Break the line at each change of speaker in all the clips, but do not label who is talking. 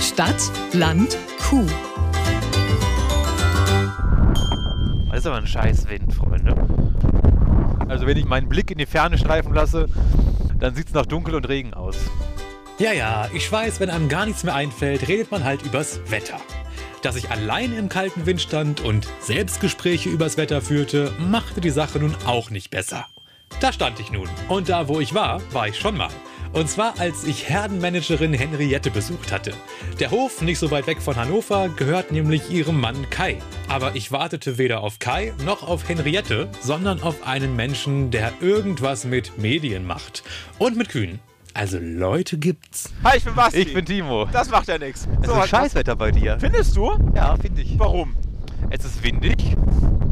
Stadt, Land, Kuh.
Das ist aber ein scheiß Wind, Freunde. Also wenn ich meinen Blick in die Ferne schleifen lasse, dann sieht's nach Dunkel und Regen aus.
Ja, ja, ich weiß, wenn einem gar nichts mehr einfällt, redet man halt übers Wetter. Dass ich alleine im kalten Wind stand und Selbstgespräche übers Wetter führte, machte die Sache nun auch nicht besser. Da stand ich nun. Und da, wo ich war, war ich schon mal. Und zwar, als ich Herdenmanagerin Henriette besucht hatte. Der Hof, nicht so weit weg von Hannover, gehört nämlich ihrem Mann Kai. Aber ich wartete weder auf Kai noch auf Henriette, sondern auf einen Menschen, der irgendwas mit Medien macht. Und mit Kühen. Also Leute gibt's.
Hi, ich bin Basti.
Ich bin Timo.
Das macht ja nichts.
Es ist Scheißwetter bei dir.
Findest du?
Ja, finde ich.
Warum?
Es ist windig.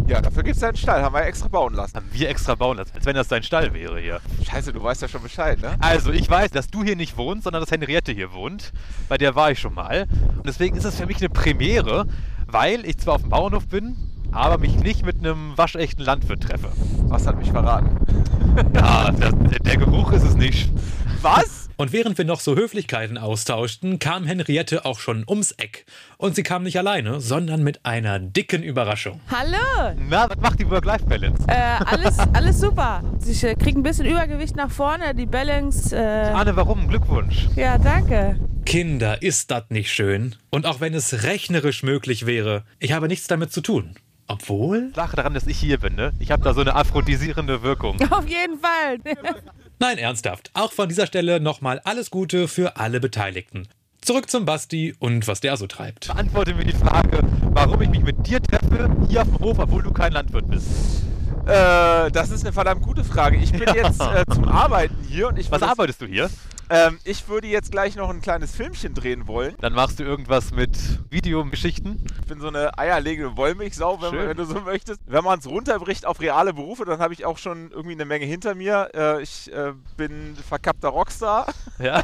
Ja, dafür gibt's ja einen Stall. Haben wir ja extra bauen lassen.
Haben wir extra bauen lassen, als wenn das dein Stall wäre hier.
Scheiße, du weißt ja schon Bescheid, ne?
Also, ich weiß, dass du hier nicht wohnst, sondern dass Henriette hier wohnt. Bei der war ich schon mal. Und deswegen ist es für mich eine Premiere, weil ich zwar auf dem Bauernhof bin, aber mich nicht mit einem waschechten Landwirt treffe.
Was hat mich verraten?
Ja, das, der Geruch ist es nicht.
Was?
Und während wir noch so Höflichkeiten austauschten, kam Henriette auch schon ums Eck. Und sie kam nicht alleine, sondern mit einer dicken Überraschung.
Hallo!
Na, was macht die Work-Life-Balance?
Äh, alles, alles super. Ich äh, kriege ein bisschen Übergewicht nach vorne, die Balance. Äh,
Ahne, warum? Glückwunsch.
ja, danke.
Kinder, ist das nicht schön? Und auch wenn es rechnerisch möglich wäre, ich habe nichts damit zu tun. Obwohl?
Sache daran, dass ich hier bin, ne? Ich habe da so eine aphrodisierende Wirkung.
Auf jeden Fall.
Nein, ernsthaft. Auch von dieser Stelle nochmal alles Gute für alle Beteiligten. Zurück zum Basti und was der so treibt.
Beantworte mir die Frage, warum ich mich mit dir treffe, hier auf dem Hof, obwohl du kein Landwirt bist.
Äh, das ist eine verdammt gute Frage. Ich bin
Ja.
jetzt äh, zum Arbeiten hier und ich
Was
würde-
arbeitest du hier?
Ähm, ich würde jetzt gleich noch ein kleines Filmchen drehen wollen.
Dann machst du irgendwas mit Videogeschichten.
Ich bin so eine eierlegende Wollmilchsau, wenn,
Schön.
wenn du so möchtest. Wenn man es runterbricht auf reale Berufe, dann habe ich auch schon irgendwie eine Menge hinter mir. Äh, ich äh, bin verkappter Rockstar.
Ja.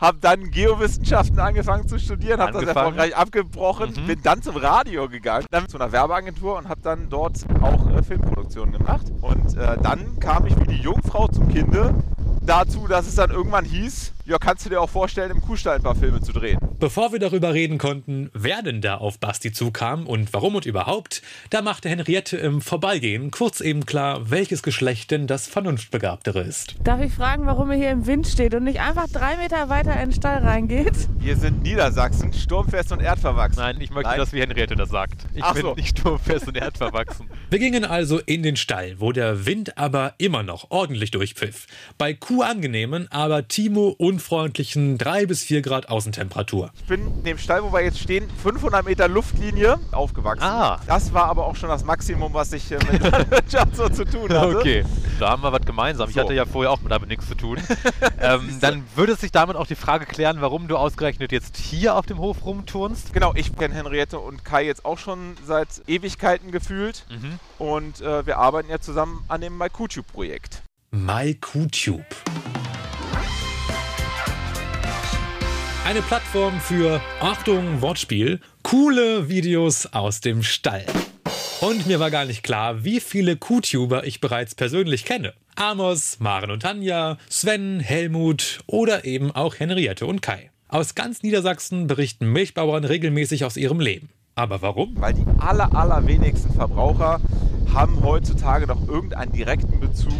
Habe dann Geowissenschaften angefangen zu studieren, habe das
Angefangen.
erfolgreich abgebrochen,
Mhm.
bin dann zum Radio gegangen, dann zu einer Werbeagentur und habe dann dort auch äh, Filmproduktionen gemacht. Und äh, dann kam ich wie die Jungfrau zum Kinde dazu, dass es dann irgendwann hieß, ja, kannst du dir auch vorstellen, im Kuhstall ein paar Filme zu drehen.
Bevor wir darüber reden konnten, wer denn da auf Basti zukam und warum und überhaupt, da machte Henriette im Vorbeigehen kurz eben klar, welches Geschlecht denn das Vernunftbegabtere ist.
Darf ich fragen, warum ihr hier im Wind steht und nicht einfach drei Meter weiter in den Stall reingeht?
Wir sind Niedersachsen, sturmfest und erdverwachsen.
Nein, ich möchte
Nein.
das, wie Henriette das sagt. Ich
Ach
bin
so.
nicht sturmfest und erdverwachsen.
Wir gingen also in den Stall, wo der Wind aber immer noch ordentlich durchpfiff. Bei Kuh angenehmen, aber Timo unfreundlichen 3 bis 4 Grad Außentemperatur.
Ich bin in dem Stall, wo wir jetzt stehen, 500 Meter Luftlinie aufgewachsen.
Ah.
Das war aber auch schon das Maximum, was ich äh, mit Landwirtschaft so zu tun hatte.
Okay, da haben wir was gemeinsam. Ich
ne? So.
hatte ja vorher auch damit nichts zu tun. ähm, dann würde sich damit auch die Frage klären, warum du ausgerechnet jetzt hier auf dem Hof rumturnst.
Genau, ich kenne Henriette und Kai jetzt auch schon seit Ewigkeiten gefühlt. Und äh, wir arbeiten ja zusammen an dem MyKuchu-Projekt.
My QTube. Eine Plattform für, Achtung, Wortspiel, coole Videos aus dem Stall. Und mir war gar nicht klar, wie viele QTuber ich bereits persönlich kenne. Amos, Maren und Tanja, Sven, Helmut oder eben auch Henriette und Kai. Aus ganz Niedersachsen berichten Milchbauern regelmäßig aus ihrem Leben. Aber warum?
Weil die aller, allerwenigsten Verbraucher haben heutzutage noch irgendeinen direkten Bezug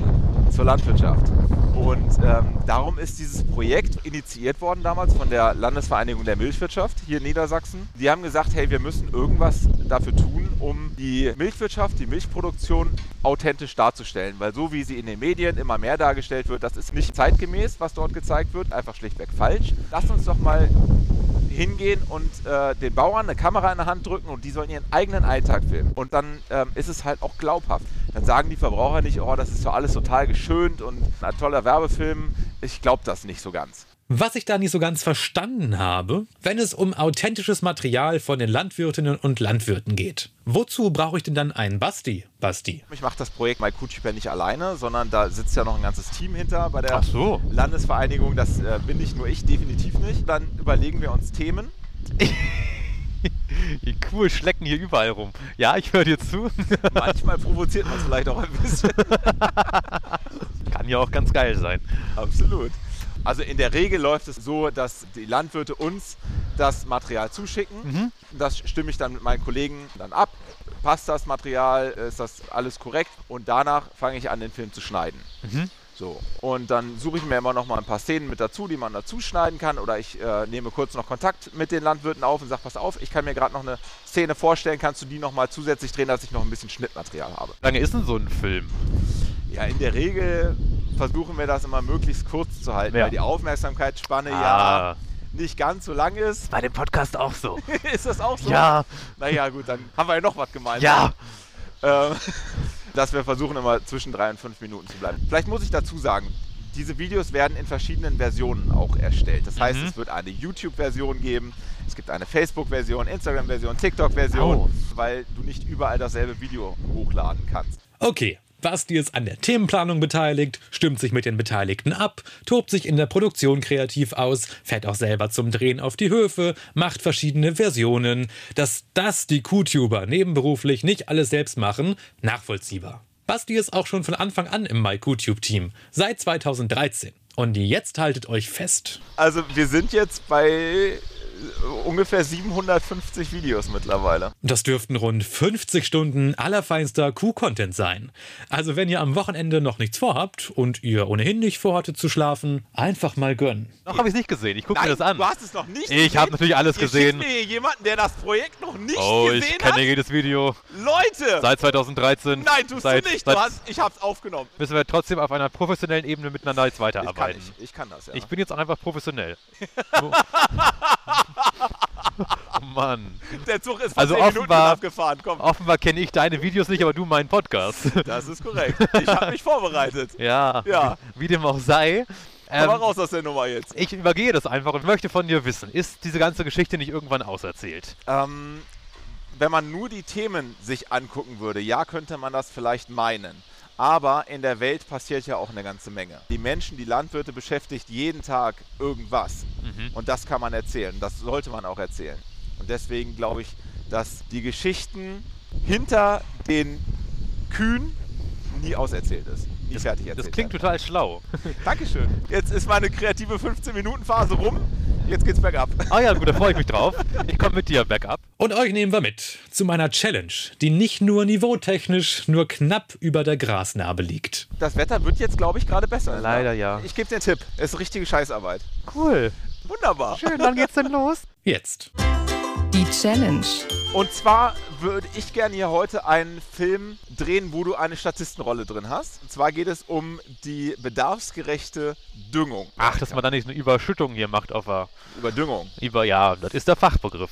zur Landwirtschaft. Und ähm, darum ist dieses Projekt initiiert worden damals von der Landesvereinigung der Milchwirtschaft hier in Niedersachsen. Die haben gesagt, hey, wir müssen irgendwas dafür tun, um die Milchwirtschaft, die Milchproduktion authentisch darzustellen. Weil so wie sie in den Medien immer mehr dargestellt wird, das ist nicht zeitgemäß, was dort gezeigt wird, einfach schlichtweg falsch. Lasst uns doch mal hingehen und äh, den Bauern eine Kamera in der Hand drücken und die sollen ihren eigenen Alltag filmen. Und dann ähm, ist es halt auch glaubhaft. Dann sagen die Verbraucher nicht, oh, das ist ja alles total geschönt und ein toller Werbefilm. Ich glaube das nicht so ganz.
Was ich da nicht so ganz verstanden habe, wenn es um authentisches Material von den Landwirtinnen und Landwirten geht. Wozu brauche ich denn dann einen Basti? Basti.
Ich mache das Projekt MyCoachip ja nicht alleine, sondern da sitzt ja noch ein ganzes Team hinter bei der
Ach so.
Landesvereinigung. Das äh, bin nicht nur ich, definitiv nicht. Dann überlegen wir uns Themen.
Die Kuh schlecken hier überall rum. Ja, ich höre dir zu.
Manchmal provoziert man es vielleicht auch ein bisschen.
Kann ja auch ganz geil sein.
Absolut. Also in der Regel läuft es so, dass die Landwirte uns das Material zuschicken. Das stimme ich dann mit meinen Kollegen dann ab. Passt das Material? Ist das alles korrekt? Und danach fange ich an, den Film zu schneiden. So, und dann suche ich mir immer noch mal ein paar Szenen mit dazu, die man dazu schneiden kann. Oder ich äh, nehme kurz noch Kontakt mit den Landwirten auf und sage, pass auf, ich kann mir gerade noch eine Szene vorstellen, kannst du die noch mal zusätzlich drehen, dass ich noch ein bisschen Schnittmaterial habe.
Wie lange ist denn so ein Film?
Ja, in der Regel versuchen wir das immer möglichst kurz zu halten,
Ja.
weil die Aufmerksamkeitsspanne ja
Ah.
nicht ganz so lang ist.
Bei dem Podcast auch so.
ist das auch so?
Ja,
Naja, gut, dann haben wir ja noch was gemeint.
ja.
Ähm, dass wir versuchen immer zwischen drei und fünf Minuten zu bleiben. Vielleicht muss ich dazu sagen, diese Videos werden in verschiedenen Versionen auch erstellt. Das heißt,
Mhm.
es wird eine YouTube-Version geben, es gibt eine Facebook-Version, Instagram-Version, TikTok-Version,
Oh.
weil du nicht überall dasselbe Video hochladen kannst.
Okay, Basti ist an der Themenplanung beteiligt, stimmt sich mit den Beteiligten ab, tobt sich in der Produktion kreativ aus, fährt auch selber zum Drehen auf die Höfe, macht verschiedene Versionen. Dass das die Q-Tuber nebenberuflich nicht alles selbst machen, nachvollziehbar. Basti ist auch schon von Anfang an im MyQTube-Team, seit 2013. Und jetzt haltet euch fest.
Also wir sind jetzt bei äh, ungefähr 750 Videos mittlerweile.
Das dürften rund 50 Stunden allerfeinster Q-Content sein. Also wenn ihr am Wochenende noch nichts vorhabt und ihr ohnehin nicht vorhattet zu schlafen, einfach mal gönnen.
Noch habe ich es nicht gesehen. Ich gucke mir das an.
du hast es noch nicht
Ich habe natürlich alles
Ihr schickt
gesehen.
mir hier jemanden, der das Projekt noch nicht
Oh, ich
gesehen
kenne
hat?
jedes Video.
Leute!
Seit 2013.
Nein, tust
seit,
du nicht. Du
Seit
hast, ich hab's aufgenommen.
müssen wir trotzdem auf einer professionellen Ebene miteinander jetzt
Ich kann,
weiterarbeiten.
ich, ich kann das, ja.
Ich bin jetzt auch einfach professionell. oh Mann.
der Zug ist vor
Also
10 Minuten
offenbar-
abgefahren. Komm,
Offenbar kenne ich deine Videos nicht, aber du meinen Podcast.
das ist korrekt. Ich habe mich vorbereitet.
ja,
Ja.
Wie, wie dem auch sei.
Komm mal
Ähm,
raus aus der Nummer jetzt.
ich übergehe das einfach und möchte von dir wissen, ist diese ganze Geschichte nicht irgendwann auserzählt?
Ähm, wenn man nur die Themen sich angucken würde, ja, könnte man das vielleicht meinen. Aber in der Welt passiert ja auch eine ganze Menge. Die Menschen, die Landwirte beschäftigt jeden Tag irgendwas.
Mhm.
Und das kann man erzählen. Das sollte man auch erzählen. Und deswegen glaube ich, dass die Geschichten hinter den Kühen nie auserzählt ist. Nie fertig erzählt.
Das klingt
werden.
total schlau.
Dankeschön. Jetzt ist meine kreative 15-Minuten-Phase rum. Jetzt geht's bergab.
ah ja, gut, da freue ich mich drauf. Ich komme mit dir backup.
Und euch nehmen wir mit zu meiner Challenge, die nicht nur niveautechnisch nur knapp über der Grasnarbe liegt.
Das Wetter wird jetzt, glaube ich, gerade besser.
Leider ja.
Ich gebe dir einen Tipp. Es ist richtige Scheißarbeit.
Cool.
Wunderbar.
Schön, wann geht's denn los?
Jetzt.
Die Challenge.
Und zwar würde ich gerne hier heute einen Film drehen, wo du eine Statistenrolle drin hast. Und zwar geht es um die bedarfsgerechte Düngung.
Ach, dass man da nicht eine Überschüttung hier macht auf der.
Über Düngung.
Über, ja, das ist der Fachbegriff.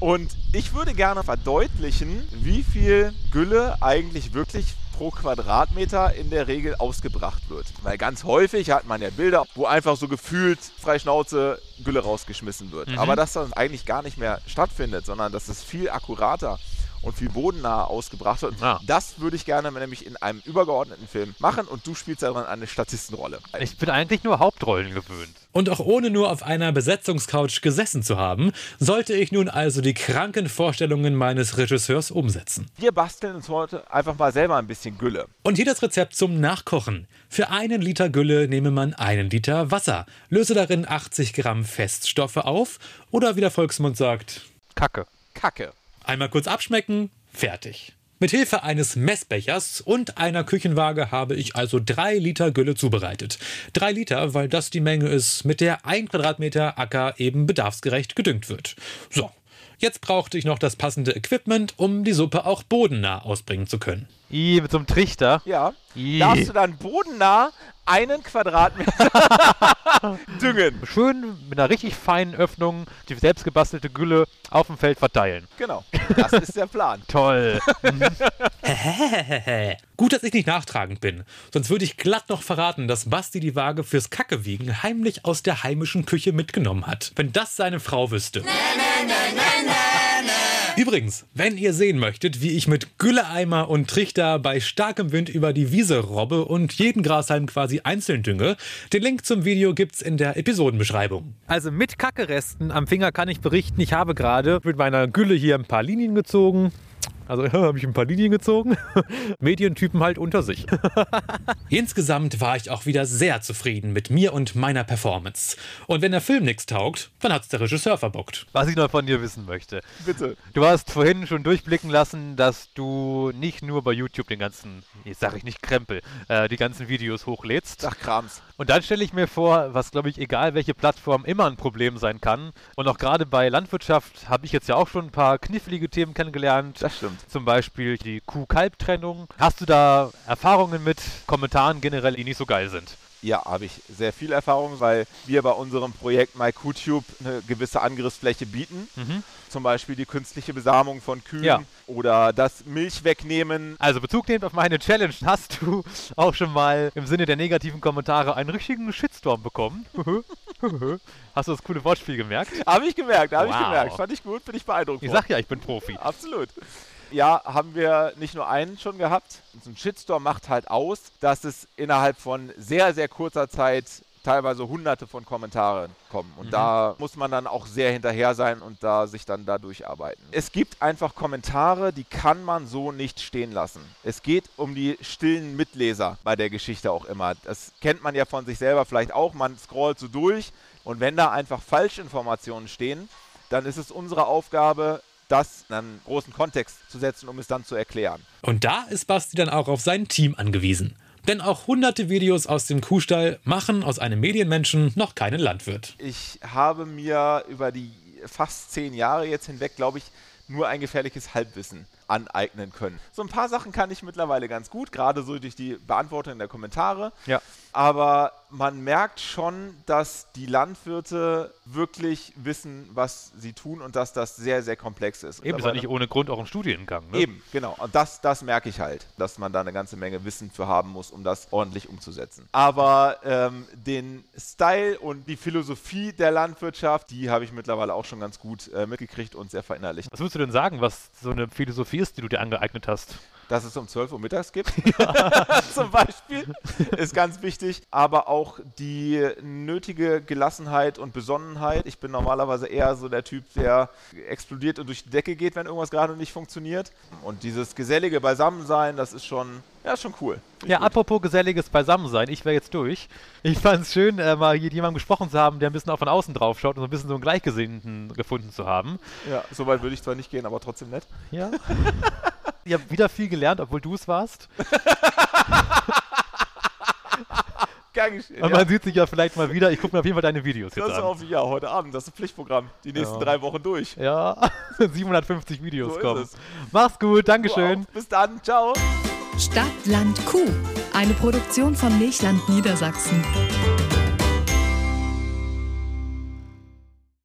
Und ich würde gerne verdeutlichen, wie viel Gülle eigentlich wirklich pro Quadratmeter in der Regel ausgebracht wird. Weil ganz häufig hat man ja Bilder, wo einfach so gefühlt frei Schnauze Gülle rausgeschmissen wird.
Mhm.
Aber dass das eigentlich gar nicht mehr stattfindet, sondern dass es viel akkurater und viel bodennaher ausgebracht wird.
Ja.
Das würde ich gerne nämlich in einem übergeordneten Film machen und du spielst darin eine Statistenrolle.
Ich bin eigentlich nur Hauptrollen gewöhnt.
Und auch ohne nur auf einer Besetzungscouch gesessen zu haben, sollte ich nun also die kranken Vorstellungen meines Regisseurs umsetzen.
Wir basteln uns heute einfach mal selber ein bisschen Gülle.
Und hier das Rezept zum Nachkochen. Für einen Liter Gülle nehme man einen Liter Wasser, löse darin 80 Gramm Feststoffe auf oder wie der Volksmund sagt,
Kacke.
Kacke.
einmal kurz abschmecken, fertig. Mit Hilfe eines Messbechers und einer Küchenwaage habe ich also drei Liter Gülle zubereitet. Drei Liter, weil das die Menge ist, mit der ein Quadratmeter Acker eben bedarfsgerecht gedüngt wird. So, jetzt brauchte ich noch das passende Equipment, um die Suppe auch bodennah ausbringen zu können.
I, mit so einem Trichter.
Ja.
I.
Darfst du dann bodennah einen Quadratmeter düngen.
Schön mit einer richtig feinen Öffnung die selbstgebastelte Gülle auf dem Feld verteilen.
Genau. Das ist der Plan.
Toll.
Äh, Gut, dass ich nicht nachtragend bin. Sonst würde ich glatt noch verraten, dass Basti die Waage fürs Kackewiegen heimlich aus der heimischen Küche mitgenommen hat. Wenn das seine Frau wüsste. Übrigens, wenn ihr sehen möchtet, wie ich mit Gülleeimer und Trichter bei starkem Wind über die Wiese robbe und jeden Grashalm quasi einzeln dünge, den Link zum Video gibt's in der Episodenbeschreibung.
Also mit Kackeresten am Finger kann ich berichten, ich habe gerade mit meiner Gülle hier ein paar Linien gezogen.
Also habe ich ein paar Linien gezogen. Medientypen halt unter sich.
Insgesamt war ich auch wieder sehr zufrieden mit mir und meiner Performance. Und wenn der Film nichts taugt, dann hat's der Regisseur verbockt.
Was ich noch von dir wissen möchte.
Bitte.
Du hast vorhin schon durchblicken lassen, dass du nicht nur bei YouTube den ganzen, jetzt sage ich nicht Krempel, äh, die ganzen Videos hochlädst.
Ach, Krams.
Und dann stelle ich mir vor, was glaube ich, egal welche Plattform immer ein Problem sein kann. Und auch gerade bei Landwirtschaft habe ich jetzt ja auch schon ein paar knifflige Themen kennengelernt.
Das stimmt.
Zum Beispiel die Kuh-Kalb-Trennung. Hast du da Erfahrungen mit Kommentaren generell, die nicht so geil sind?
Ja, habe ich sehr viel Erfahrung, weil wir bei unserem Projekt MyQTube eine gewisse Angriffsfläche bieten. Zum Beispiel die künstliche Besamung von Kühen
Mhm. Ja.
oder das Milch wegnehmen.
Also Bezug nehmend auf meine Challenge, hast du auch schon mal im Sinne der negativen Kommentare einen richtigen Shitstorm bekommen? hast du das coole Wortspiel gemerkt?
Habe ich gemerkt, habe ich
Wow.
gemerkt. Fand ich gut, bin ich beeindruckt.
Ich
von.
sag ja, ich bin Profi.
Absolut. Ja, haben wir nicht nur einen schon gehabt. So ein Shitstorm macht halt aus, dass es innerhalb von sehr, sehr kurzer Zeit teilweise hunderte von Kommentaren kommen. Und da muss man dann auch sehr hinterher sein und da sich dann da durcharbeiten. Es gibt einfach Kommentare, die kann man so nicht stehen lassen. Es geht um die stillen Mitleser bei der Geschichte auch immer. Das kennt man ja von sich selber vielleicht auch. Man scrollt so durch und wenn da einfach Falschinformationen stehen, dann ist es unsere Aufgabe, das in einen großen Kontext zu setzen, um es dann zu erklären.
Und da ist Basti dann auch auf sein Team angewiesen. Denn auch hunderte Videos aus dem Kuhstall machen aus einem Medienmenschen noch keinen Landwirt.
Ich habe mir über die fast zehn Jahre jetzt hinweg, glaube ich, nur ein gefährliches Halbwissen aneignen können. So ein paar Sachen kann ich mittlerweile ganz gut, gerade so durch die Beantwortung der Kommentare.
Ja.
Aber man merkt schon, dass die Landwirte wirklich wissen, was sie tun und dass das sehr, sehr komplex ist.
Eben ist ja nicht ohne Grund auch ein Studiengang. Ne?
Eben, genau. Und das, das merke ich halt, dass man da eine ganze Menge Wissen für haben muss, um das ordentlich umzusetzen. Aber ähm, den Style und die Philosophie der Landwirtschaft, die habe ich mittlerweile auch schon ganz gut äh, mitgekriegt und sehr verinnerlicht.
Was würdest du denn sagen, was so eine Philosophie ist, die du dir angeeignet hast?
Dass es um 12 Uhr mittags gibt, zum Beispiel, ist ganz wichtig. Aber auch die nötige Gelassenheit und Besonnenheit. Ich bin normalerweise eher so der Typ, der explodiert und durch die Decke geht, wenn irgendwas gerade nicht funktioniert. Und dieses gesellige Beisammensein, das ist schon, ja, ist schon cool.
Ja, apropos geselliges Beisammensein, ich wäre jetzt durch. Ich fand es schön, äh, mal mit jemandem gesprochen zu haben, der ein bisschen auch von außen drauf schaut und so ein bisschen so einen Gleichgesinnten gefunden zu haben.
Ja, so weit würde ich zwar nicht gehen, aber trotzdem nett.
Ja. ich habe wieder viel gelernt, obwohl du es warst.
Gern geschehen.
Und
Ja.
man sieht sich ja vielleicht mal wieder. Ich gucke mir auf jeden Fall deine Videos
Das
jetzt
ist
an.
auf, ja, heute Abend, das ist ein Pflichtprogramm. Die nächsten
Ja.
drei Wochen durch.
Ja, 750 Videos
So ist
kommen.
es.
Mach's gut,
Du
Dankeschön.
auch. Bis dann, ciao.
Stadt, Land, Kuh. Eine Produktion von Milchland Niedersachsen.